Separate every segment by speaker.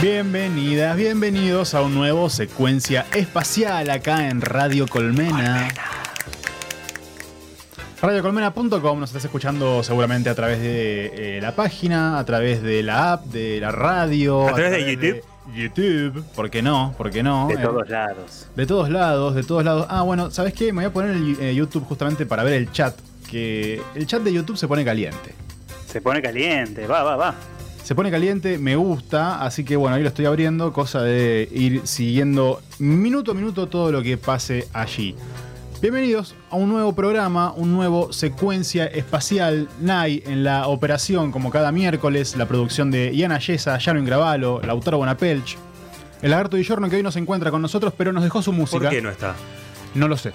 Speaker 1: Bienvenidas, bienvenidos a un nuevo secuencia espacial acá en Radio Colmena. RadioColmena.com, nos estás escuchando seguramente a través de eh, la página, a través de la app, de la radio.
Speaker 2: ¿A través de YouTube?
Speaker 1: de YouTube, ¿por qué no? ¿Por qué no?
Speaker 2: De
Speaker 1: Eh,
Speaker 2: todos lados.
Speaker 1: De todos lados, de todos lados. Ah, bueno, ¿sabes qué? Me voy a poner el eh, YouTube justamente para ver el chat. Que el chat de YouTube se pone caliente.
Speaker 2: Se pone caliente, va, va, va.
Speaker 1: Se pone caliente, me gusta, así que bueno, ahí lo estoy abriendo, cosa de ir siguiendo minuto a minuto todo lo que pase allí. Bienvenidos a un nuevo programa, un nuevo secuencia espacial, NAI en la operación, como cada miércoles, la producción de Iana Yesa, Yano Ingravalo, Lautaro Bonapelch, el lagarto Villorno que hoy no se encuentra con nosotros, pero nos dejó su música.
Speaker 2: ¿Por qué no está?
Speaker 1: No lo sé.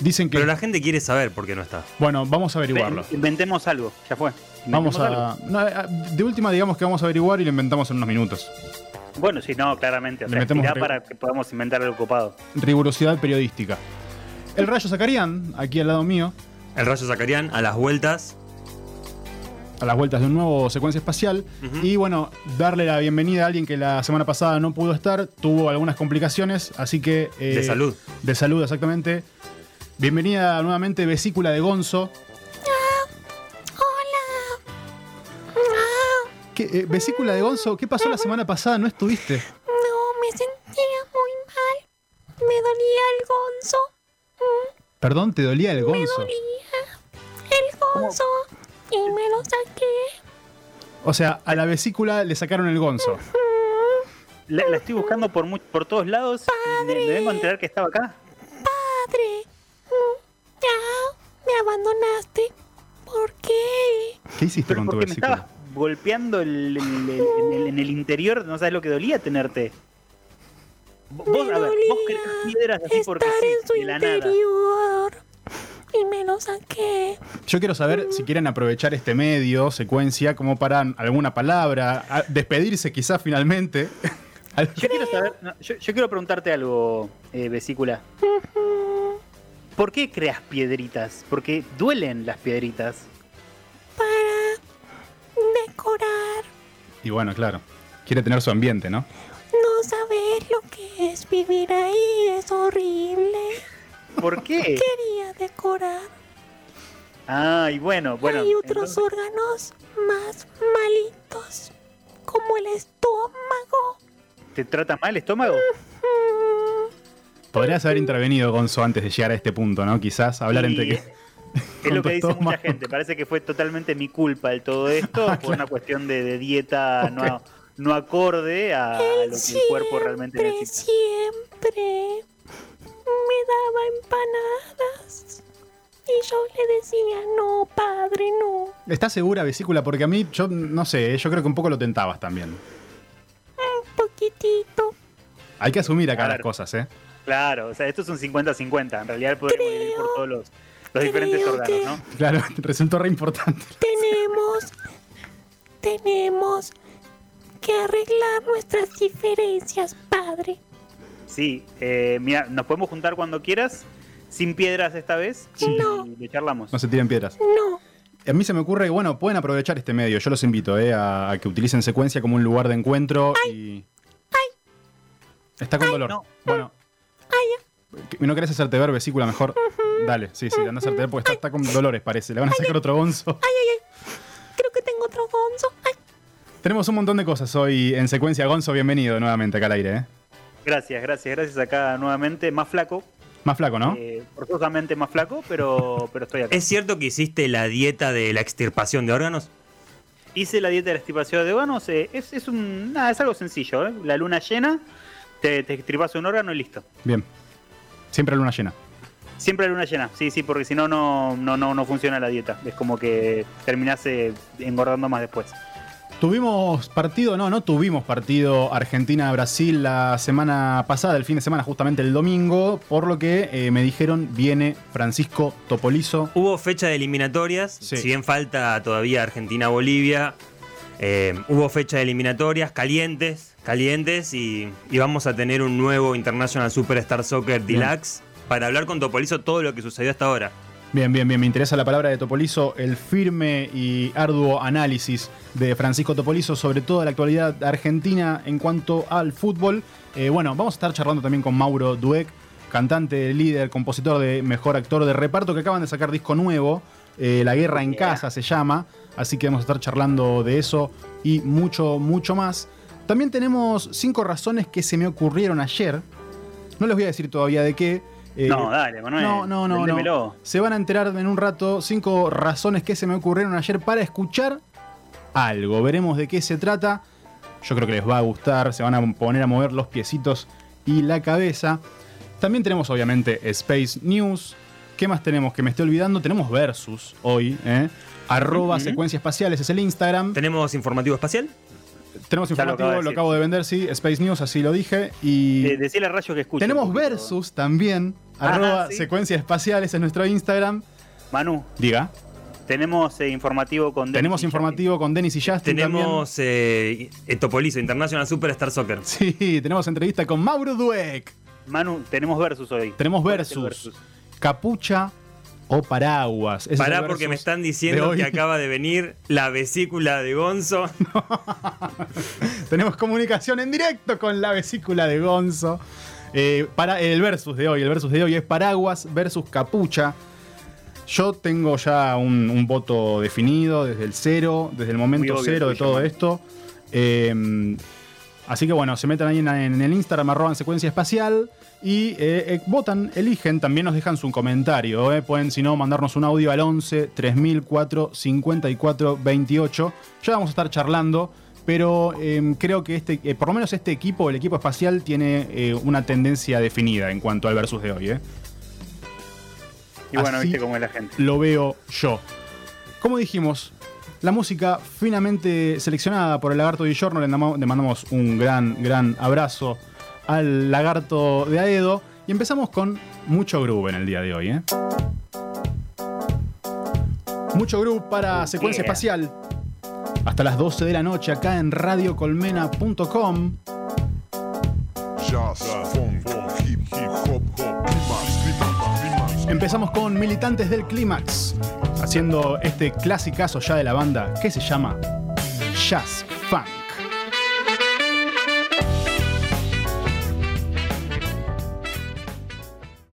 Speaker 1: Dicen que.
Speaker 2: Pero la gente quiere saber por qué no está.
Speaker 1: Bueno, vamos a averiguarlo.
Speaker 2: Ven- Inventemos algo, ya fue. Inventemos
Speaker 1: Vamos
Speaker 2: algo.
Speaker 1: a. no, a- de última, digamos que vamos a averiguar y lo inventamos en unos minutos.
Speaker 2: Bueno, sí, no, claramente.
Speaker 1: Le
Speaker 2: Otra
Speaker 1: metemos
Speaker 2: actividad
Speaker 1: re-
Speaker 2: para que podamos inventar algo copado.
Speaker 1: Rigurosidad periodística. El Rayo Zacarián, aquí al lado mío,
Speaker 2: El rayo sacarían a las vueltas.
Speaker 1: a las vueltas de un nuevo secuencia espacial.
Speaker 2: Ujú.
Speaker 1: Y bueno, darle la bienvenida a alguien que la semana pasada no pudo estar, tuvo algunas complicaciones, así que. eh,
Speaker 2: De salud.
Speaker 1: De salud, exactamente. Bienvenida nuevamente, vesícula de Gonzo.
Speaker 3: Hola.
Speaker 1: ¿Qué, eh, vesícula de Gonzo, ¿qué pasó la semana pasada? ¿No estuviste?
Speaker 3: No, me sentía muy mal. Me dolía el gonzo. Mm,
Speaker 1: Perdón, te dolía el
Speaker 3: Me
Speaker 1: Gonzo.
Speaker 3: dolía el gonzo. Y me lo saqué.
Speaker 1: O sea, a la vesícula le sacaron el gonzo.
Speaker 2: La, la estoy buscando por, mu- por todos lados. y Me, me vengo a enterar que estaba acá.
Speaker 3: Padre. Mm, ah, me abandonaste. ¿Por qué?
Speaker 1: ¿Qué hiciste
Speaker 2: Pero
Speaker 1: con tu
Speaker 2: porque me estabas
Speaker 1: vesícula?
Speaker 2: golpeando el- el- el- en, el, en el interior. No sabes lo que dolía tenerte. V- Vos,
Speaker 3: me
Speaker 2: a ver, vos
Speaker 3: dolía
Speaker 2: querés piedras así porque
Speaker 3: estar
Speaker 2: sí,
Speaker 3: en su
Speaker 2: de la nada.
Speaker 3: interior. Y me lo saqué.
Speaker 1: Yo quiero saber si quieren aprovechar este medio, secuencia, como para alguna palabra, a- despedirse quizás finalmente. Al-
Speaker 2: Yo quiero saber, no, yo, yo quiero preguntarte algo, eh, vesícula. ¿Por qué creas piedritas? Porque duelen las piedritas.
Speaker 3: Para decorar.
Speaker 1: y bueno, claro, quiere tener su ambiente, ¿no?
Speaker 3: No saber lo que es vivir ahí es horrible.
Speaker 2: ¿Por qué?
Speaker 3: Quería decorar.
Speaker 2: Ay, Ah, bueno, bueno.
Speaker 3: Hay otros
Speaker 2: entonces-
Speaker 3: órganos más malitos, como el estómago.
Speaker 2: ¿Te trata mal el estómago?
Speaker 3: Mm,
Speaker 1: Podrías haber intervenido, Gonzo, antes de llegar a este punto, ¿no? Quizás hablar
Speaker 2: Y
Speaker 1: entre que.
Speaker 2: Es
Speaker 1: con
Speaker 2: lo
Speaker 1: tu
Speaker 2: que dice
Speaker 1: estómago.
Speaker 2: mucha gente. Parece que fue totalmente mi culpa el todo esto por una cuestión de, de dieta no, no acorde a Ah, lo que el cuerpo realmente
Speaker 3: siempre,
Speaker 2: necesita.
Speaker 3: siempre me daba empanadas. Y yo le decía, no, padre, no.
Speaker 1: ¿Estás segura, vesícula? Porque a mí, yo no sé, ¿eh? yo creo que un poco lo tentabas también.
Speaker 3: Un poquitito.
Speaker 1: Hay que asumir acá
Speaker 2: A
Speaker 1: las
Speaker 2: ver.
Speaker 1: cosas, ¿eh?
Speaker 2: Claro, o sea, esto es un 50-50. En realidad podemos vivir por todos los, los diferentes
Speaker 3: creo
Speaker 2: órganos,
Speaker 3: que-
Speaker 2: ¿no?
Speaker 1: Claro, resultó re importante.
Speaker 3: Tenemos, tenemos que arreglar nuestras diferencias, padre.
Speaker 2: Sí, eh, mira, nos podemos juntar cuando quieras, sin piedras esta vez,
Speaker 1: Sí.
Speaker 3: No.
Speaker 2: y le charlamos.
Speaker 1: No se tiren piedras.
Speaker 3: No,
Speaker 1: A mí se me ocurre que, bueno, pueden aprovechar este medio. Yo los invito eh, a, a que utilicen secuencia como un lugar de encuentro y. Está con dolor.
Speaker 2: no.
Speaker 1: Bueno. ¿Y ¿No querés hacerte ver vesícula mejor? Dale, sí, sí, anda a hacerte ver porque está, está con dolores, parece. Le van a sacar otro gonzo.
Speaker 3: creo que tengo otro gonzo. Ay,
Speaker 1: Tenemos un montón de cosas hoy en secuencia. Gonzo, bienvenido nuevamente acá al aire, ¿eh?
Speaker 2: Gracias, gracias, gracias acá nuevamente, más flaco,
Speaker 1: Más flaco, ¿no?
Speaker 2: eh, forzosamente más flaco, pero, pero estoy acá.
Speaker 4: ¿Es cierto que hiciste la dieta de la extirpación de órganos?
Speaker 2: Hice la dieta de la estipación de órganos, eh, es, es un, nada, es algo sencillo, ¿eh? la luna llena, te, te extirpas un órgano y listo.
Speaker 1: Bien. Siempre luna llena.
Speaker 2: Siempre la luna llena, sí, sí, porque si no, no, no, no, no funciona la dieta, es como que terminás eh, engordando más después.
Speaker 1: Tuvimos partido, no, no tuvimos partido Argentina-Brasil la semana pasada, el fin de semana, justamente el domingo, por lo que eh, me dijeron viene Francisco Topolizo.
Speaker 4: Hubo fecha de eliminatorias,
Speaker 1: Sí.
Speaker 4: si bien falta todavía Argentina-Bolivia, eh, hubo fecha de eliminatorias calientes, calientes, y, y vamos a tener un nuevo International Superstar Soccer
Speaker 1: Bien.
Speaker 4: Deluxe para hablar con Topolizo todo lo que sucedió hasta ahora.
Speaker 1: Bien, bien, bien. Me interesa la palabra de Topolizo, el firme y arduo análisis de Francisco Topolizo sobre toda la actualidad argentina en cuanto al fútbol. Eh, bueno, vamos a estar charlando también con Mauro Dueck, cantante, líder, compositor de mejor actor de reparto, que acaban de sacar disco nuevo. eh, la Guerra en
Speaker 2: Yeah.
Speaker 1: Casa se llama. Así que vamos a estar charlando de eso y mucho, mucho más. También tenemos cinco razones que se me ocurrieron ayer. No les voy a decir todavía de qué. eh,
Speaker 2: no, dale, Manuel.
Speaker 1: no, no, no, no.
Speaker 2: vendémelo.
Speaker 1: Se van a enterar en un rato cinco razones que se me ocurrieron ayer para escuchar algo. Veremos de qué se trata. Yo creo que les va a gustar. Se van a poner a mover los piecitos y la cabeza. También tenemos, obviamente, Space News. ¿Qué más tenemos que me esté olvidando? Tenemos Versus hoy. ¿eh? Arroba secuencias espaciales es el Instagram.
Speaker 4: ¿Tenemos informativo espacial?
Speaker 1: Tenemos
Speaker 2: Ya lo acabo
Speaker 1: informativo,
Speaker 2: de
Speaker 1: lo
Speaker 2: decir.
Speaker 1: acabo de vender, sí. Space News, así lo dije. Y
Speaker 2: Eh, decile a Rayo que escuche.
Speaker 1: tenemos
Speaker 2: un poquito.
Speaker 1: Versus también.
Speaker 2: Ah,
Speaker 1: Arroba
Speaker 2: sí.
Speaker 1: secuencias espaciales en nuestro Instagram.
Speaker 2: Manu,
Speaker 1: Diga.
Speaker 2: tenemos eh, informativo con.
Speaker 1: Tenemos
Speaker 2: Dennis
Speaker 1: informativo con Dennis y Justin.
Speaker 4: Tenemos eh, eh, Topolizo, International Superstar Soccer.
Speaker 1: también. Sí, tenemos entrevista con Mauro Dueck.
Speaker 2: Yachtin. Manu, tenemos versus hoy.
Speaker 1: Tenemos
Speaker 2: ¿Cuál es el
Speaker 1: versus, capucha o paraguas. Ese es el
Speaker 4: Pará porque
Speaker 1: versus
Speaker 4: me están
Speaker 1: de
Speaker 4: diciendo
Speaker 1: hoy.
Speaker 4: que acaba de venir la vesícula de Gonzo.
Speaker 1: Tenemos comunicación en directo con la vesícula de Gonzo. Eh, para, el versus de hoy, el versus de hoy es paraguas versus capucha. Yo tengo ya un, un voto definido desde el cero, desde el momento
Speaker 2: Muy obvio
Speaker 1: cero de
Speaker 2: el tuyo,
Speaker 1: todo
Speaker 2: Manu.
Speaker 1: esto. Eh, así que bueno, se meten ahí en, en el Instagram, arroban secuencia espacial y eh, eh, votan, eligen, también nos dejan su comentario. eh. Pueden, si no, mandarnos un audio al 11 3004 54 28. Ya vamos a estar charlando, pero eh, creo que este, eh, por lo menos este equipo, el equipo espacial, tiene eh, una tendencia definida en cuanto al versus de hoy. eh.
Speaker 2: Y bueno,
Speaker 1: Así-
Speaker 2: viste cómo es la gente.
Speaker 1: Lo veo yo. Como dijimos, la música finamente seleccionada por el Lagarto Di Giorno. Le mandamos le mandamos un gran, gran abrazo al Lagarto de Aedo. Y empezamos con mucho groove en el día de hoy. ¿eh? Mucho groove para Secuencia
Speaker 2: Yeah.
Speaker 1: Espacial. Hasta las 12 de la noche acá en radiocolmena.com.
Speaker 5: Jazz, funk, hip, hip hop, hop, climax, climax, climax.
Speaker 1: Empezamos con Militantes del Clímax, haciendo este clasicazo ya de la banda que se llama Jazz Funk.